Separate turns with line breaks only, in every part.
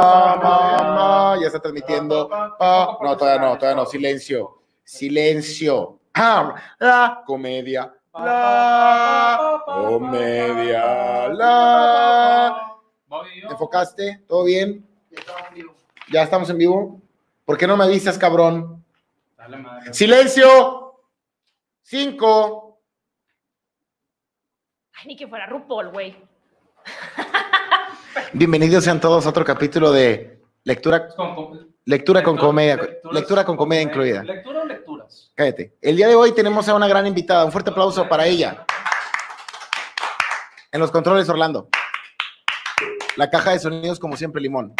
Mamá, ya está transmitiendo. Ah, no, todavía no, todavía no. Silencio. Silencio. Ah, la comedia. La comedia. La. ¿Te enfocaste? ¿Todo bien? Ya estamos en vivo. ¿Por qué no me avisas, cabrón? Silencio. Cinco.
Ay, ni que fuera RuPaul, güey.
Bienvenidos sean todos a otro capítulo de lectura,
Con- con-
lectura con
lectura-
comedia,
lecturas
lectura con comedia incluida.
¿Lectura o lecturas?
Cállate. El día de hoy tenemos a una gran invitada. Un fuerte aplauso para ella. En los controles, Orlando. La caja de sonidos, como siempre, Limón.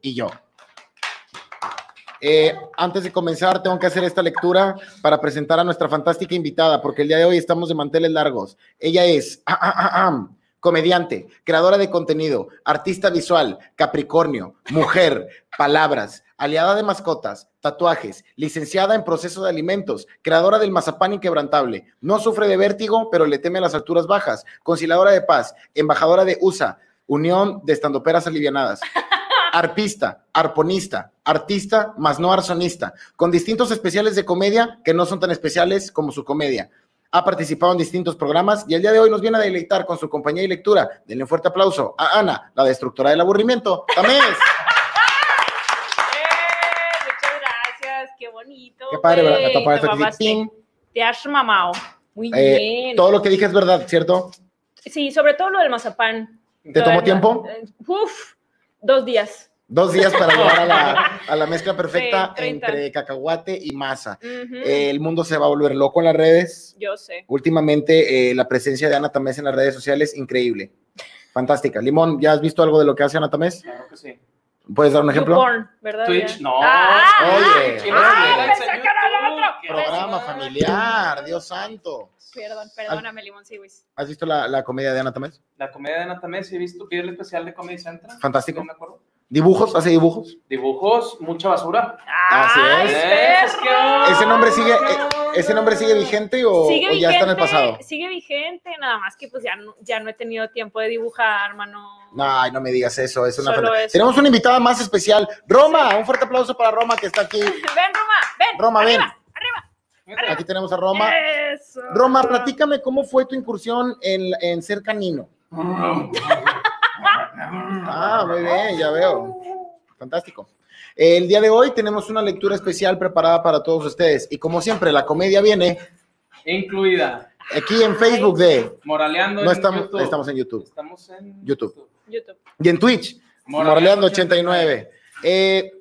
Y yo. Eh, antes de comenzar, tengo que hacer esta lectura para presentar a nuestra fantástica invitada, porque el día de hoy estamos de manteles largos. Ella es ah, ah, ah, ah, comediante, creadora de contenido, artista visual, capricornio, mujer, palabras, aliada de mascotas, tatuajes, licenciada en proceso de alimentos, creadora del mazapán inquebrantable. No sufre de vértigo, pero le teme a las alturas bajas, conciliadora de paz, embajadora de USA, Unión de Estandoperas Alivianadas. Arpista, arponista, artista, más no arsonista, con distintos especiales de comedia que no son tan especiales como su comedia. Ha participado en distintos programas y el día de hoy nos viene a deleitar con su compañía y lectura. Denle un fuerte aplauso a Ana, la destructora del aburrimiento. También.
¡Eh! Muchas gracias, qué bonito.
Qué padre, ¿verdad?
güey.
Te
Te
apagaste
mamaste.
aquí. Ting.
Te has mamado. Muy
Eh,
bien.
Todo lo que dije es verdad, ¿cierto?
Sí, sobre todo lo del mazapán.
¿Te
Lo
tomó
del-
tiempo?
eh, Uf, dos días.
Dos días para llegar a la, a la mezcla perfecta
Sí, 30.
entre cacahuate y masa.
Ujú,
Eh, el mundo se va a volver loco en las redes.
Yo sé.
Últimamente, eh, la presencia de Ana Tamés en las redes sociales, increíble. Fantástica. Limón, ¿ya has visto algo de lo que hace Ana Tamés?
Claro que sí.
¿Puedes dar un ejemplo?
YouPorn, ¿verdad?
Twitch,
Ya.
no.
Ah,
Oye.
Twitch,
Ah,
no,
pensé
en
que era
YouTube,
el otro.
que-
Programa familiar, Dios santo.
ah. Perdón, perdóname, Limón Siwis.
¿Has visto la, la comedia de Ana Tamés?
La comedia de Nata Messi, ¿he visto que era el especial de Comedy Central?
Fantástico.
No me acuerdo.
¿Dibujos? ¿Hace dibujos?
Dibujos, mucha basura.
Así
Eh,
es.
¡Ay,
Es que-
perro!
¿Ese nombre sigue,
qué
eh, ¿ese nombre sigue vigente o,
sigue
o
vigente,
ya está en el pasado?
Sigue vigente, nada más que pues ya no, ya no he tenido tiempo de dibujar, mano.
Ay, no me digas eso, es una
Solo
pena.
eso.
Tenemos una invitada más especial, Roma. Un fuerte aplauso para Roma que está aquí.
Ven, Roma, ven.
Roma, ven.
arriba,
Aquí tenemos a Roma.
Eso.
Roma, platícame cómo fue tu incursión en, en ser canino. Ah, muy bien, ya veo. Fantástico. El día de hoy tenemos una lectura especial preparada para todos ustedes. Y como siempre, la comedia viene
Incluida.
aquí en Facebook de...
Moraleando
No
en
estamos,
YouTube.
estamos en YouTube.
Estamos en
YouTube.
YouTube.
Y en Twitch,
Moraleando
Moraleando89. Eh,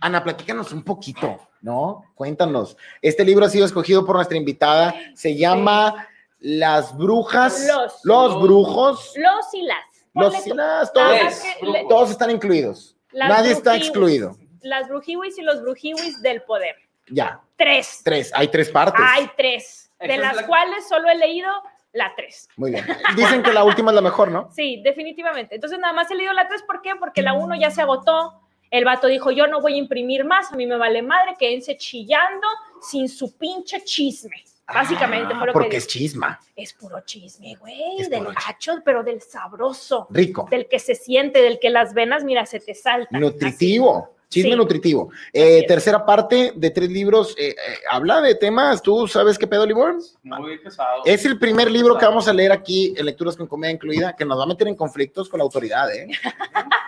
Ana, platícanos un poquito, ¿no? Cuéntanos. Este libro ha sido escogido por nuestra invitada. Se llama Las Brujas,
Los.
Los Brujos,
Los y las. Ponle
Los y
tú.
las,
Nada
todos,
Les,
más que
brujos.
le-
todos están incluidos.
las
Nadie está
brujiwis.
excluido.
Las brujiwis y los brujiwis del poder.
Ya,
Tres.
tres, hay tres partes.
Hay tres.
Esa
De
es
las
la-
cuales solo he leído la tres.
Muy bien. Dicen que la última es la mejor, ¿no?
Sí, definitivamente. Entonces nada más he leído la tres. ¿Por qué? Porque la uno ya se agotó. El vato dijo, yo no voy a imprimir más, a mí me vale madre, quédense chillando sin su pinche chisme. Básicamente
Ah,
fue lo que
porque
dijo.
es chisma.
Es puro chisme, güey,
Es
del
puro chisme.
gacho, pero del sabroso,
Rico,
del que se siente, del que las venas, mira, se te saltan.
nutritivo. Chisme
Sí.
nutritivo. Eh,
Así es.
tercera parte de tres libros. eh, eh, habla de temas. ¿Tú sabes qué pedo, Limón?
Muy pesado.
Es el primer libro que vamos a leer aquí en Lecturas con Comedia Incluida que nos va a meter en conflictos con la autoridad, ¿eh?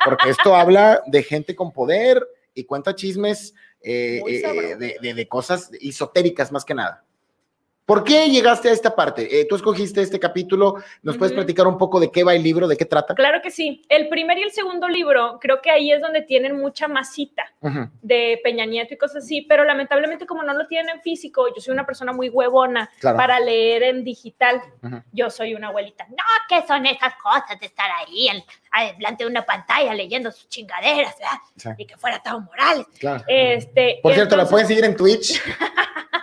Porque esto habla de gente con poder y cuenta chismes eh,
Muy
eh,
sabroso.
de, de- de cosas esotéricas más que nada. ¿Por qué llegaste a esta parte? Eh, tú escogiste este capítulo. ¿Nos puedes
Ujú.
platicar un poco de qué va el libro, de qué trata?
Claro que sí. El primer y el segundo libro, creo que ahí es donde tienen mucha masita
Ujú.
de Peña Nieto y cosas así, pero lamentablemente como no lo tienen en físico, yo soy una persona muy huevona
Claro.
para leer en digital.
Ujú.
Yo soy una abuelita. No,
¿Qué son esas cosas de estar ahí al- adelante de una pantalla leyendo sus chingaderas, ¿verdad?
Sí,
Ni que fuera Tao Morales.
claro.
este.
Por cierto, la
entonces-
pueden seguir en Twitch.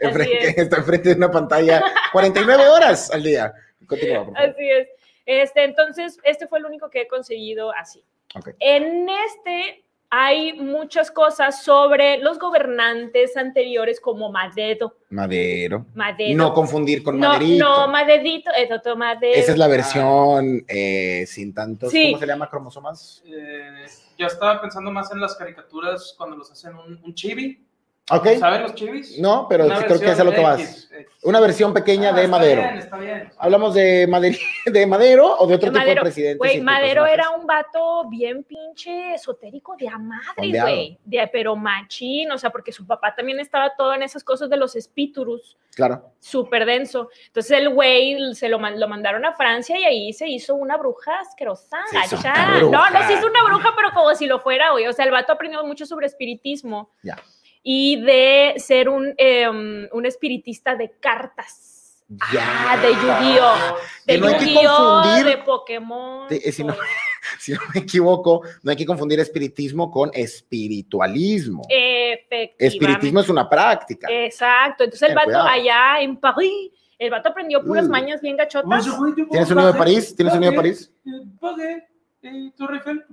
Enfrente-
es.
está enfrente de una pantalla 49 horas al día. Continúa, por favor.
Así es. Este, entonces, este fue el único que he conseguido así.
Ok.
En este hay muchas cosas sobre los gobernantes anteriores como Madero.
Madero.
Madero.
No confundir con
no,
Maderito.
no, Maderito, es otro Madero.
Esa es la versión eh, sin tantos.
Sí.
¿Cómo se le llama cromosomas?
Eh, yo estaba pensando más en las caricaturas cuando los hacen un, un chibi.
Ok.
¿Saben los chibis?
No, pero
Una
sí creo que
versión
es a lo que vas.
X, X.
Una versión pequeña
Ah,
de
está
Madero.
bien, está bien.
¿Hablamos de, Maderi- de Madero o de otro tipo de
Madero,
presidente?
Güey, Madero era un vato bien pinche esotérico de a madre,
Ondeado.
güey. De- Pero machín, o sea, porque su papá también estaba todo en esas cosas de los espíritus,
Claro.
súper denso. Entonces el güey se lo, man- lo mandaron a Francia y ahí se hizo una bruja asquerosa.
Se hizo
gacha.
una
No,
bruja.
no se hizo una bruja, pero como si lo fuera, güey. O sea, el vato aprendió mucho sobre espiritismo.
Ya.
Y de ser un, em, un espiritista de cartas.
Ya.
Ah, de Yu-Gi-Oh! De
Que no hay que
Yu-Gi-Oh,
confundir-
de Pokémon.
Sí, eh, si no-
o-
Si no me equivoco, no hay que confundir espiritismo con espiritualismo.
Efectivamente.
espiritismo es una práctica.
Eh, Exacto. Entonces el
Ten
vato
cuidado.
allá en París, el vato aprendió puras
Uh.
mañas bien gachotas.
Oye, güey, yo
¿Tienes
pagué,
un niño de París? ¿Tienes un niño de
pagué,
París?
eh, pagué, eh, Torre Eiffel.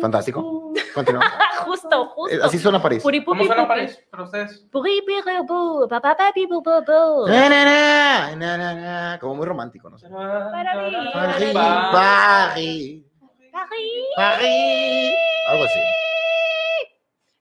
Fantástico. Continúa.
Ah, justo, justo.
Eh, Así suena París.
Puripupi,
¿Cómo suena
pupi.
París para ustedes?
Puripiribu, papapapibububu.
Na, na, na, na, na, na. Como muy romántico, no sé. París,
París.
París,
París.
París. Algo así.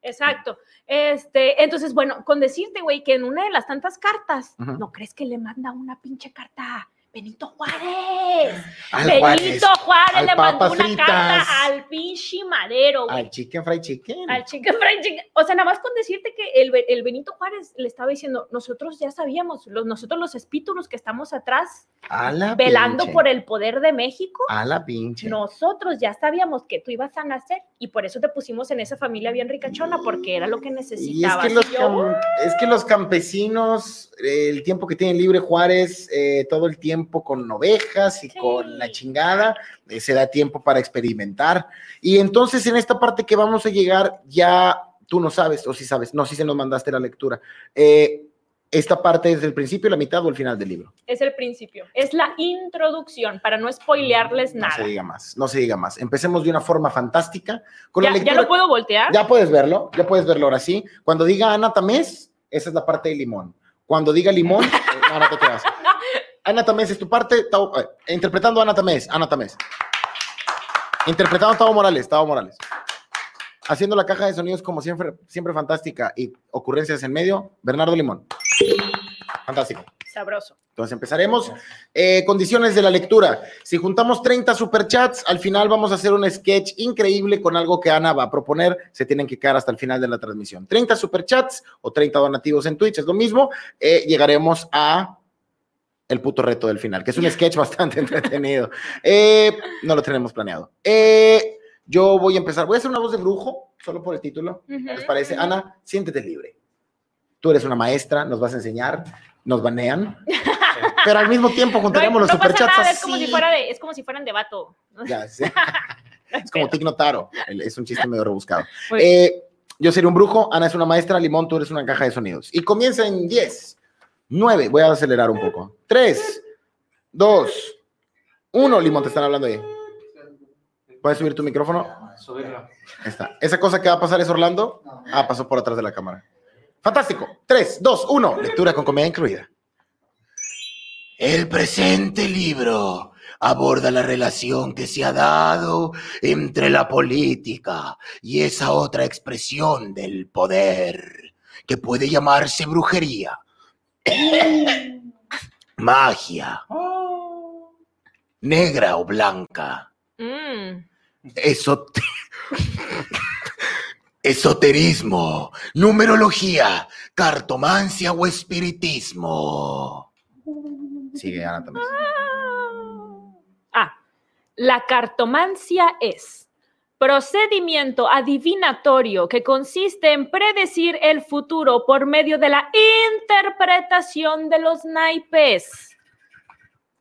Exacto. Este, entonces, bueno, con decirte, güey, que en una de las tantas cartas,
Ujú.
¿no crees que le manda una pinche carta a Benito Juárez?
Al Juárez,
Benito Juárez
al
le mandó
Papas
una
Fritas.
carta al pinche Madero, güey.
Al chicken fried chicken.
Al chicken fried chicken. O sea, nada más con decirte que el, Be- el Benito Juárez le estaba diciendo, nosotros ya sabíamos, los, nosotros los espíritus que estamos atrás,
A la
velando
Ah, pinche.
por el poder de México,
A la pinche.
nosotros ya sabíamos que tú ibas a nacer y por eso te pusimos en esa familia bien ricachona, porque era lo que
Y es
necesitabas.
que, los
Y yo,
cam- es que los campesinos, eh, el tiempo que tienen libre Juárez, eh, todo el tiempo con ovejas y
Sí.
con la chingada, eh, se da tiempo para experimentar. Y entonces en esta parte que vamos a llegar, ya tú no sabes, o si sabes, no, si se nos mandaste la lectura. Eh, esta parte es del principio, la mitad o el final del libro.
Es el principio, es la introducción, para no spoilearles
No
nada.
se diga más, no se diga más. Empecemos de una forma fantástica con
Ya,
la
ya
lectura.
lo puedo voltear.
Ya puedes verlo, ya puedes verlo ahora sí. Cuando diga Ana Tamés, esa es la parte de limón. Cuando diga limón, eh, no, no te creas. Ana Tamés es tu parte, Tao- eh, interpretando a Ana Tamés, Ana Tamés. Interpretando a Tavo Morales, Tavo Morales. Haciendo la caja de sonidos como siempre, siempre fantástica y ocurrencias en medio, Bernardo Limón. Fantástico.
Sabroso.
Entonces empezaremos. Eh, condiciones de la lectura. Si juntamos 30 superchats, al final vamos a hacer un sketch increíble con algo que Ana va a proponer. Se tienen que quedar hasta el final de la transmisión. 30 superchats o 30 donativos en Twitch, es lo mismo. Eh, llegaremos a el puto reto del final, que es un sketch bastante entretenido. Eh, no lo tenemos planeado. Eh, yo voy a empezar. Voy a hacer una voz de brujo, solo por el título. ¿Les parece? Ana, siéntete libre. Tú eres una maestra, nos vas a enseñar, nos banean, pero al mismo tiempo juntaremos
no,
los
no pasa
superchats
nada,
así.
es como, si fuera de, es como si fueran de vato.
Ya sé. Es como Tigno Taro, el- es un chiste medio rebuscado.
Muy bien.
Eh, yo seré un brujo, Ana es una maestra, Limón, tú eres una caja de sonidos. Y comienza en 10, 9, voy a acelerar un poco. 3, 2, 1, Limón, te están hablando ahí. ¿Puedes subir tu micrófono?
Subirlo.
Ahí está. ¿Esa cosa que va a pasar es Orlando? Ah, pasó por atrás de la cámara. Fantástico. 3, 2, 1. Lectura con comedia incluida.
El presente libro aborda la relación que se ha dado entre la política y esa otra expresión del poder que puede llamarse brujería, magia, negra o blanca,
Mm.
esot- esoterismo, numerología, cartomancia o espiritismo.
Sigue pues. Ana también.
Ah, la cartomancia es procedimiento adivinatorio que consiste en predecir el futuro por medio de la interpretación de los naipes.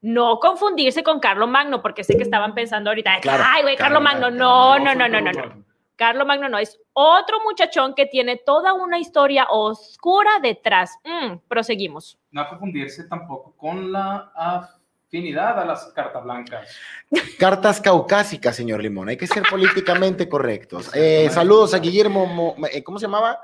No confundirse con Carlo Magno, porque sé que estaban pensando ahorita,
Claro,
ay, güey, Carlo
Carlo
Magno,
Magno,
no, no, no, no, no, no. Carlo Magno no, es otro muchachón que tiene toda una historia oscura detrás. Mm, proseguimos.
No confundirse tampoco con la finidad a las cartas blancas.
Cartas caucásicas, señor Limón. Hay que ser políticamente correctos.
Exacto,
Eh,
maestro.
saludos a Guillermo, Mo- eh, ¿cómo se llamaba?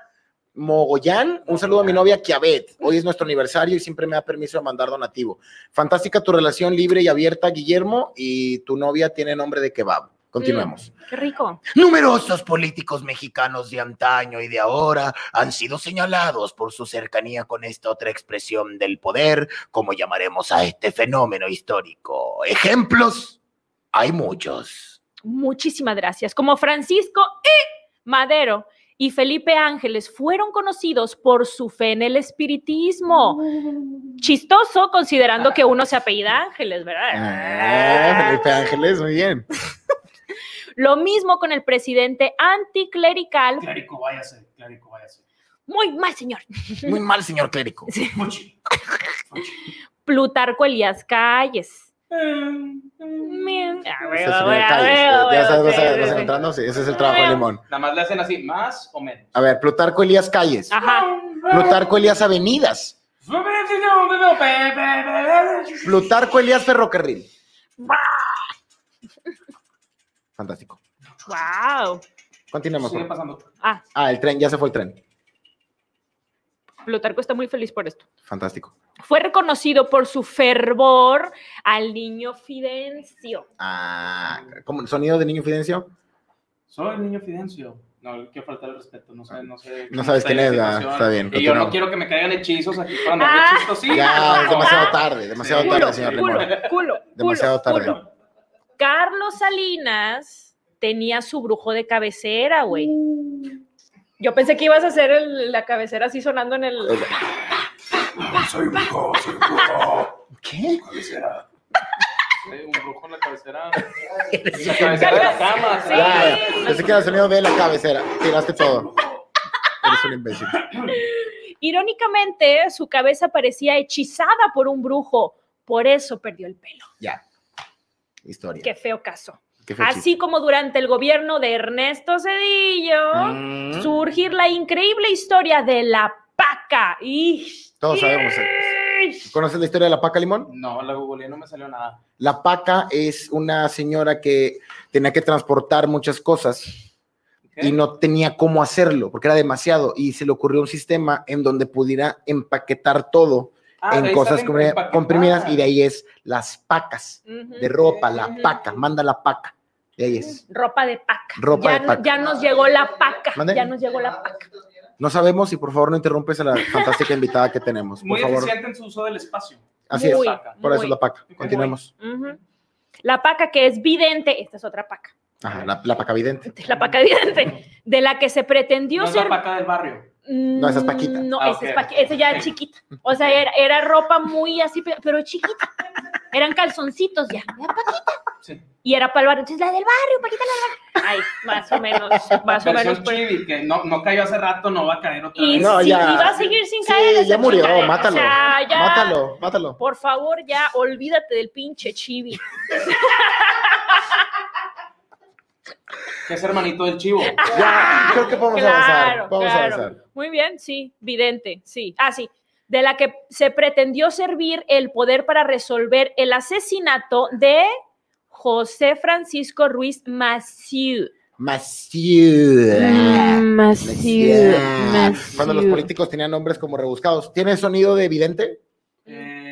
Mogollán. Un saludo a mi novia Kiabet. Hoy es nuestro aniversario y siempre me da permiso de mandar donativo. Fantástica tu relación libre y abierta, Guillermo, y tu novia tiene nombre de kebab. Continuemos.
Qué rico.
Numerosos políticos mexicanos de antaño y de ahora han sido señalados por su cercanía con esta otra expresión del poder, como llamaremos a este fenómeno histórico. Ejemplos hay muchos.
Muchísimas gracias. Como Francisco y Madero y Felipe Ángeles fueron conocidos por su fe en el espiritismo.
Mm.
Chistoso considerando que uno se apellida Ángeles,
Ah,
¿verdad?
Felipe Ángeles, muy bien.
Lo mismo con el presidente anticlerical.
Clérico, váyase, clérico, váyase.
Muy mal, señor.
Muy mal, señor clérigo.
Fuchi.
Plutarco Elías Calles. Bien. Ah,
Este
huevo,
señor Calles,
huevo, huevo,
ya sabes,
huevo,
vas a-
huevo,
vas
huevo.
entrando, sí, ese es el trabajo de Limón.
Nada más le hacen así, más o menos.
A ver, Plutarco Elías Calles.
Ajá.
Plutarco Elías Avenidas. Plutarco Elías Ferrocarril. Fantástico.
Wow.
Continuemos.
Sigue
por favor.
pasando.
Ah,
Ah, el tren, ya se fue el tren.
Plutarco está muy feliz por esto.
Fantástico.
Fue reconocido por su fervor al niño Fidencio.
Ah, ¿cómo? ¿Sonido de niño Fidencio?
Soy el niño Fidencio. No, quiero faltar el respeto. No sé, no sé.
No sabes quién es, ah, está bien,
Y yo
continuamos.
no quiero que me caigan hechizos aquí cuando me
Ah.
chistosito.
Ya, es demasiado tarde, demasiado
Sí.
tarde,
Culo,
señor
culo,
Limón.
culo,
Demasiado
culo,
tarde.
culo. Carlos Salinas tenía su brujo de cabecera, güey. Yo pensé que ibas a hacer el- la cabecera así sonando en el.
Soy brujo, soy
¿Qué?
Sí, un brujo en la cabecera. En la cabecera de la cama.
Sí.
Ya, pensé que era el sonido de la cabecera. Tiraste todo. Eres un imbécil.
Irónicamente, su cabeza parecía hechizada por un brujo. Por eso perdió el pelo.
Ya. Historia.
Qué feo caso.
Qué feo chiste.
Así como durante el gobierno de Ernesto Cedillo,
Mm.
surgir la increíble historia de la paca. Ish,
Todos sabemos. eh,
ish.
¿Conoces la historia de la paca limón?
No, la googleé, no me salió nada.
La paca es una señora que tenía que transportar muchas cosas
¿Qué?
y no tenía cómo hacerlo porque era demasiado y se le ocurrió un sistema en donde pudiera empaquetar todo
Ah, de
en
ahí
cosas
salen
compri-
empaquetadas.
comprimidas y de ahí es las pacas
Ujú.
de ropa, la
Ujú.
paca, manda la paca, de ahí es.
Ropa de paca.
Ropa
ya,
de paca.
ya nos llegó la paca.
¿Mande?
Ya nos llegó la paca.
No sabemos y por favor no interrumpes a la fantástica invitada que tenemos, por
Muy
favor.
eficiente en su uso del espacio.
Así es,
Muy,
por eso
muy.
es la paca. Continuemos.
Ujú. La paca que es vidente, esta es otra paca,
Ajá, la, la paca vidente.
la paca vidente, de la que se pretendió
No es
ser.
la paca del barrio.
No,
esa es Paquita.
No,
Ah,
esa,
ok.
es Paqui- esa ya era
Ok.
chiquita. O sea, era, era ropa muy así, pe- pero chiquita. Eran calzoncitos ya. Era Paqui-
Sí.
Y era para el barrio. Entonces, la del barrio, Paquita, la del barrio. Ay, más o menos, más o menos.
Versión
pues.
chibi, que no, no cayó hace rato, no va a caer otra
Y
vez.
No,
sí,
ya.
y va a seguir sin
Sí,
caer. esa
ya murió,
chingadera.
mátalo.
O sea, ya,
Mátalo, mátalo.
Por favor, ya, olvídate del pinche chibi.
Que es hermanito del chivo.
Ah.
Ya, creo que podemos avanzar. Vamos a avanzar.
Muy bien, sí, vidente, sí. Ah, sí, de la que se pretendió servir el poder para resolver el asesinato de José Francisco Ruiz Massieu.
Massieu. Massieu.
Massieu.
Cuando los políticos tenían nombres como rebuscados. ¿Tiene sonido de evidente?
Eh,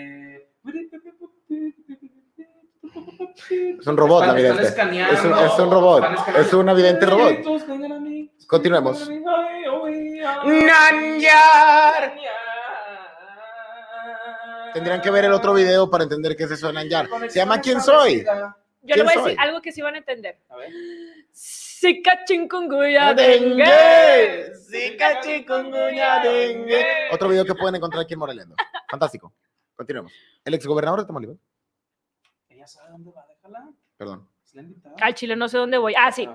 Es un robot, la
Están- están
vidente.
escaneando,
Es un, es un robot.
están escaneando.
Es un evidente robot.
Espíritus, vengan a mí.
Continuemos.
Vengan a mí. Ay, oh, ay, ay.
¡Nanyar!
Nanyar.
Tendrían que ver el otro video para entender qué es eso de Nanyar. Se llama ¿Quién soy?
Yo le
¿Quién
voy a
soy?
decir algo que sí van a entender.
A ver.
Zika chikungunya dengue.
Dengue. Zika, chikungunya, dengue. Otro video que pueden encontrar aquí en Morelendo. Fantástico. Continuemos. El exgobernador de Tamaulipas.
Ella sabe dónde va, déjala.
Perdón.
Es la invitada.
Al Chile no sé dónde voy. Ah, sí.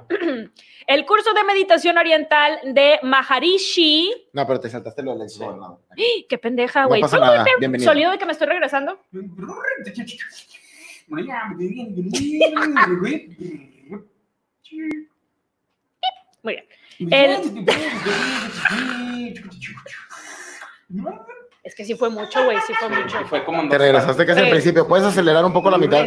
El curso de meditación oriental de Maharishi.
No, pero te saltaste lo del exgobernador.
Qué pendeja,
No
Ah, güey.
pasa
¿Cómo
nada.
te-
Bienvenido.
Sonido de que me estoy regresando. Muy bien. El- Es que sí fue mucho, güey, sí fue mucho.
Fue como en
Te
dos
regresaste casi al
Sí.
principio. ¿Puedes acelerar un poco la mitad?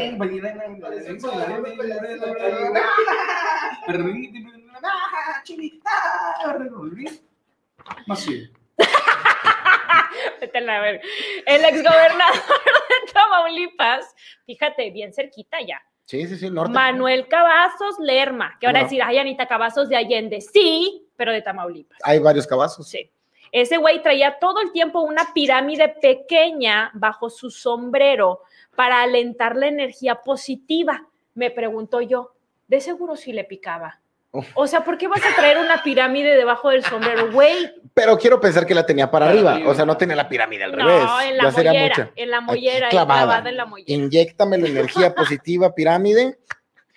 Vete a la verga. El exgobernador de Tamaulipas, fíjate, bien cerquita ya.
Sí, sí, sí, norte.
Manuel Cavazos Lerma, que ahora
Bueno.
decir, ay, Anita Cavazos de Allende, sí, pero de Tamaulipas.
Hay varios cabazos.
Sí. Ese güey traía todo el tiempo una pirámide pequeña bajo su sombrero para alentar la energía positiva. Me pregunto yo, de seguro si le picaba. O sea, ¿por qué vas a traer una pirámide debajo del sombrero, güey?
Pero quiero pensar que la tenía para
Para
arriba.
arriba.
O sea, no tenía la pirámide al
no,
revés.
en la
ya sería
mollera,
mucha.
en la
Aquí
mollera,
clavada.
clavada en la mollera.
Inyéctame la energía positiva, pirámide.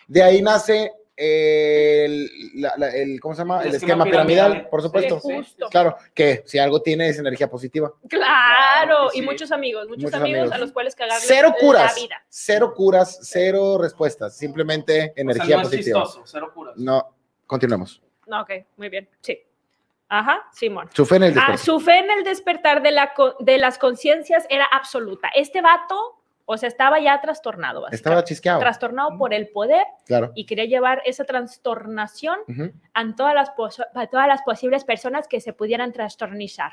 De ahí nace eh, el, la- la- el- ¿cómo se llama? El, esquema piramidal, por supuesto.
Sí, justo.
Claro, que si algo tiene es energía positiva.
Claro,
Claro,
y
sí.
muchos amigos, muchos,
Muchos
amigos,
amigos.
a los cuales cagarle
Cero curas,
la vida.
cero curas, cero respuestas, simplemente energía
no
positiva.
Es chistoso, cero curas.
No, continuemos.
No, ok, muy bien, sí. Ajá, Simón.
Su fe en el
Ah,
despertar.
su fe en el despertar de, la, co- de las conciencias era absoluta. Este vato, o sea, estaba ya trastornado.
Estaba
básicamente.
chisqueado,
trastornado por el poder
claro.
y quería llevar esa trastornación
Ujú.
a todas las, poso- a todas las posibles personas que se pudieran trastornizar.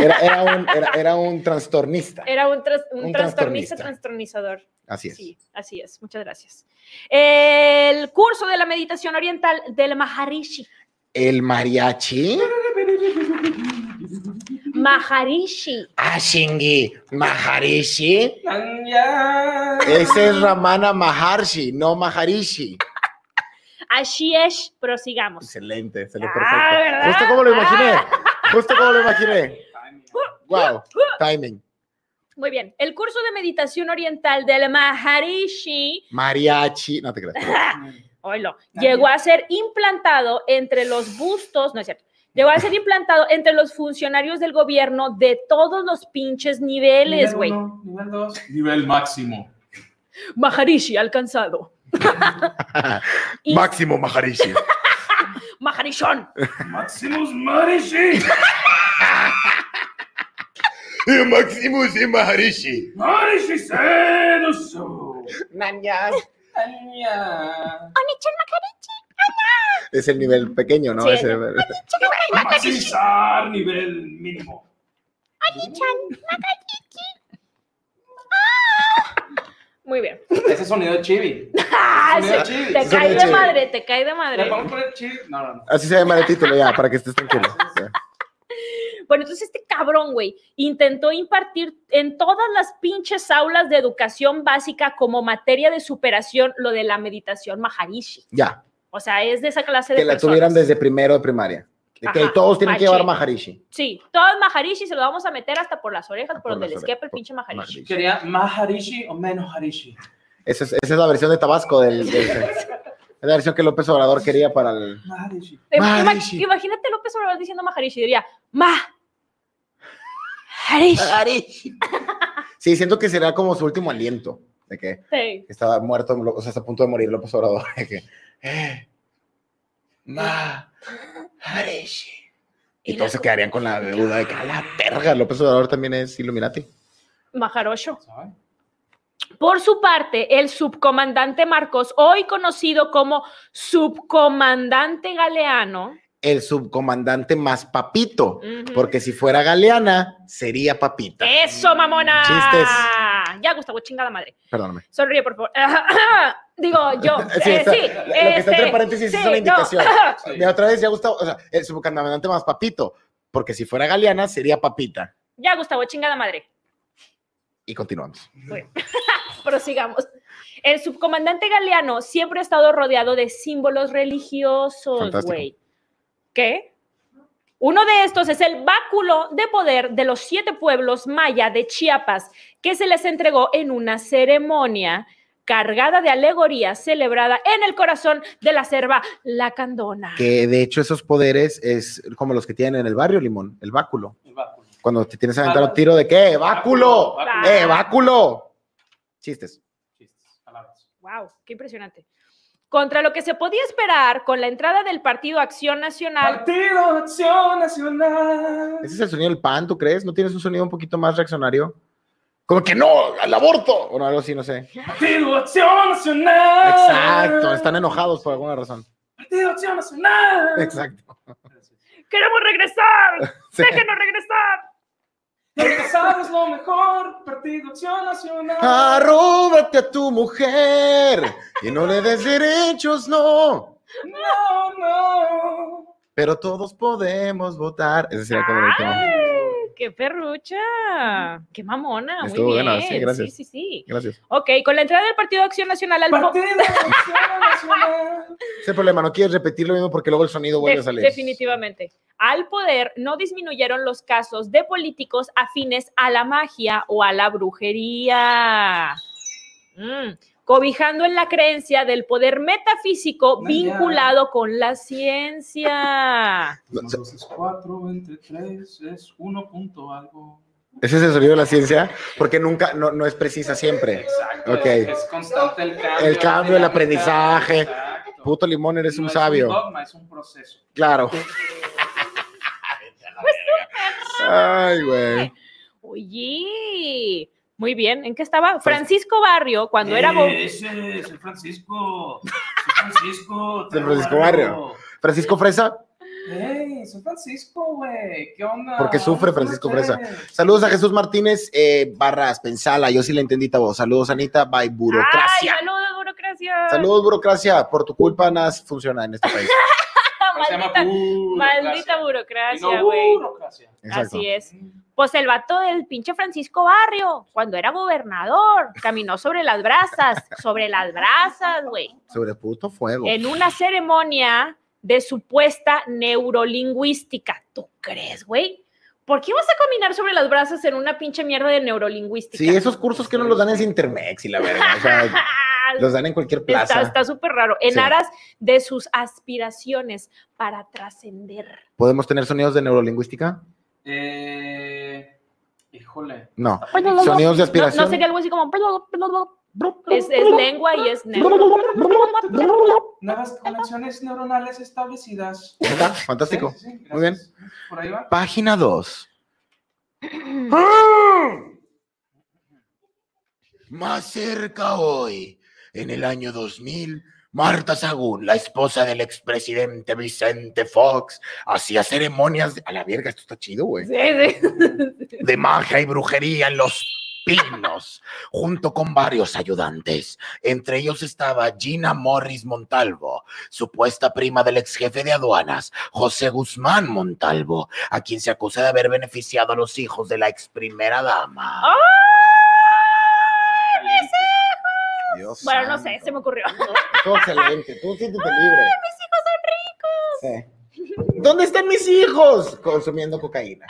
Era, era un, era- era un trastornista.
Era un, tras- un
Un
trastornista,
trastornista.
trastornizador.
Así es.
Sí, así es. Muchas gracias. El curso de la meditación oriental del Maharishi.
El mariachi.
Maharishi.
Ashingi Maharishi.
Nanya.
Ese es Ramana Maharshi, no Maharishi.
Así es. Prosigamos.
Excelente, excelente,
Ah,
perfecto.
¿verdad?
Justo como lo imaginé. Justo como lo imaginé.
Ay, mira.
Wow, timing.
Muy bien. El curso de meditación oriental del Maharishi
Mariachi, no te creas.
oílo,
También.
llegó a ser implantado entre los bustos, no es cierto, llegó a ser implantado entre los funcionarios del gobierno de todos los pinches niveles, güey.
uno, Nivel 2. Nivel máximo.
Maharishi alcanzado. Y-
Máximo Maharishi.
Maharishón.
Maximus Marishi.
Máximo y Maharishi.
Marishi Sedusu.
Es el nivel pequeño, ¿no?
Sí.
Ese-
Maximizar nivel mínimo.
Muy bien.
Ese sonido de chibi.
Ah,
Sonido
sí,
chibi.
te
Eso
cae
me
de
chido.
madre, te cae de
¿Le
madre.
podemos poner chibi? No, no, no.
Así se llama el título ya, para que estés tranquilo.
Bueno, entonces este cabrón, güey, intentó impartir en todas las pinches aulas de educación básica como materia de superación lo de la meditación Maharishi.
Ya,
O sea, es de esa clase de
que la
personas.
tuvieran desde primero de primaria. De que
Ajá,
todos tienen que
machi.
llevar Maharishi.
Sí, todo es Maharishi, se lo vamos a meter hasta por las orejas, por,
Por
donde
las
les
orejas,
quepa el
por-
pinche Maharishi.
Maharishi.
¿Quería más Harishi o menos Harishi?
Esa es, esa es la versión de Tabasco del, del- es la versión que López Obrador quería para el.
Más Harishi.
Em, ima-
Maharishi.
Imagínate López Obrador diciendo Maharishi, diría, ma. Harishi.
Sí, siento que será como su último aliento, de que
Sí.
estaba muerto, o sea, está a punto de morir López Obrador, de que, eh, Maharishi. Y,
Y
todos
la-
se quedarían con la deuda de que a la verga, López Obrador también es Illuminati.
Maharosho.
¿Sabes?
Por su parte, el subcomandante Marcos, hoy conocido como subcomandante galeano,
El subcomandante más papito,
Ujú. Eh,
porque si fuera Galeana, sería papita.
eso mamona.
Chistes.
Ya, Gustavo, chingada madre.
Perdóname.
Sonríe, por favor. Digo, yo.
Sí,
eh,
está-
sí,
lo que está entre
este,
paréntesis
sí,
es una
no.
indicación.
Sí.
De otra vez ya Gustavo, o sea, el subcomandante más papito, porque si fuera Galeana, sería papita.
Ya, Gustavo, chingada madre.
Y continuamos.
Prosigamos. El subcomandante Galeano siempre ha estado rodeado de símbolos religiosos,
Fantástico.
güey. ¿Qué? Uno de estos es el báculo de poder de los siete pueblos maya de Chiapas, que se les entregó en una ceremonia cargada de alegoría celebrada en el corazón de la selva La Candona.
Que de hecho esos poderes es como los que tienen en el barrio Limón, el báculo.
El báculo.
Cuando te tienes a aventar
Báculo.
un tiro de qué, báculo,
Ah.
Báculo.
eh, báculo. Chistes.
Chistes, palabras.
Wow, qué impresionante. Contra lo que se podía esperar con la entrada del Partido Acción Nacional,
Partido de Acción Nacional.
¿Ese es el sonido del pan, tú crees? ¿No tienes un sonido un poquito más reaccionario? Como que no, al aborto. O algo así, no sé.
Partido de Acción Nacional.
Exacto, están enojados por alguna razón.
Partido de Acción Nacional.
Exacto.
¡queremos regresar!
Sí.
¡Déjenos regresar!
Regresar es lo mejor. Partido de Acción Nacional.
Arróbate a tu mujer y no le des derechos, no.
No, no.
Pero todos podemos votar. Ese sería como el tema.
¡Ay, ¡Qué perrucha! ¡Qué mamona! Muy
Estuvo
bien.
buena, sí, gracias.
sí, sí.
Gracias.
Ok, con la entrada del Partido de Acción Nacional al po-
Partido de Acción Nacional.
Ese problema, no quieres repetir lo mismo porque luego el sonido vuelve
De-
a salir.
definitivamente. Al poder no disminuyeron los casos de políticos afines a la magia o a la brujería. Mm, Cobijando en la creencia del poder metafísico
Magia.
vinculado con la ciencia.
No, se-
2 es 4 entre 3 es 1 punto algo.
Ese es el sonido de la ciencia porque nunca, no, no es precisa siempre.
Exacto.
Ok.
Es, es constante el cambio.
El cambio,
la
el
dinámica,
aprendizaje.
exacto.
Puto limón, eres
No
un
es
sabio.
un dogma, es un proceso.
Claro.
Este,
Ay, güey.
Oye, muy bien. ¿En qué
Pues
estaba? Francisco Barrio, cuando era go-
Eh, Ese es el Francisco. San Francisco.
San Francisco Barrio. Francisco Fresa,
Ey, San Francisco, güey. ¿Qué onda?
Porque sufre
¿Cómo
Francisco
estás?
Fresa. saludos a Jesús Martínez eh, Barras, Pensala, yo sí le entendí a vos. Saludos, Anita, by
¡Ay,
burocracia.
saludos, burocracia!
Saludos, burocracia. Por tu culpa nada funciona en este país.
Ahora se llama burocracia.
Maldita, maldita
Y no
burocracia, güey.
burocracia.
Exacto.
Así es. Pues el vato del pinche Francisco Barrio, cuando era gobernador, caminó sobre las brasas, sobre las brasas, güey,
Sobre puto fuego.
en una ceremonia de supuesta neurolingüística. ¿Tú crees, güey? ¿Por qué vas a caminar sobre las brasas en una pinche mierda de neurolingüística?
Sí, esos cursos que no los dan en Intermex y la verdad. O sea, los dan en cualquier
Ah, Está-
plaza.
Está súper raro. En
Sí.
aras de sus aspiraciones para trascender.
¿Podemos tener sonidos de neurolingüística?
Eh, híjole.
No.
No,
Sonidos de
No,
aspiración.
sería algo así como. Es, es lengua y es neuro.
Nuevas conexiones neuronales establecidas.
Ya está, Fantástico.
Sí, sí, sí,
Muy bien.
gracias. Por ahí va.
Página 2.
Más cerca hoy, en el año 2000, Marta Sagún, la esposa del expresidente Vicente Fox, hacía ceremonias de... A la verga, esto está chido, güey.
Sí, sí.
de magia y brujería en los pinos, junto con varios ayudantes. Entre ellos estaba Gina Morris Montalvo, supuesta prima del ex jefe de aduanas, José Guzmán Montalvo, a quien se acusa de haber beneficiado a los hijos de la ex primera dama.
Dios
Bueno, no sé,
santo.
se me ocurrió.
Estuvo excelente. Tú siéntete libre. mis hijos son ricos. ¿Dónde están mis hijos? Consumiendo cocaína.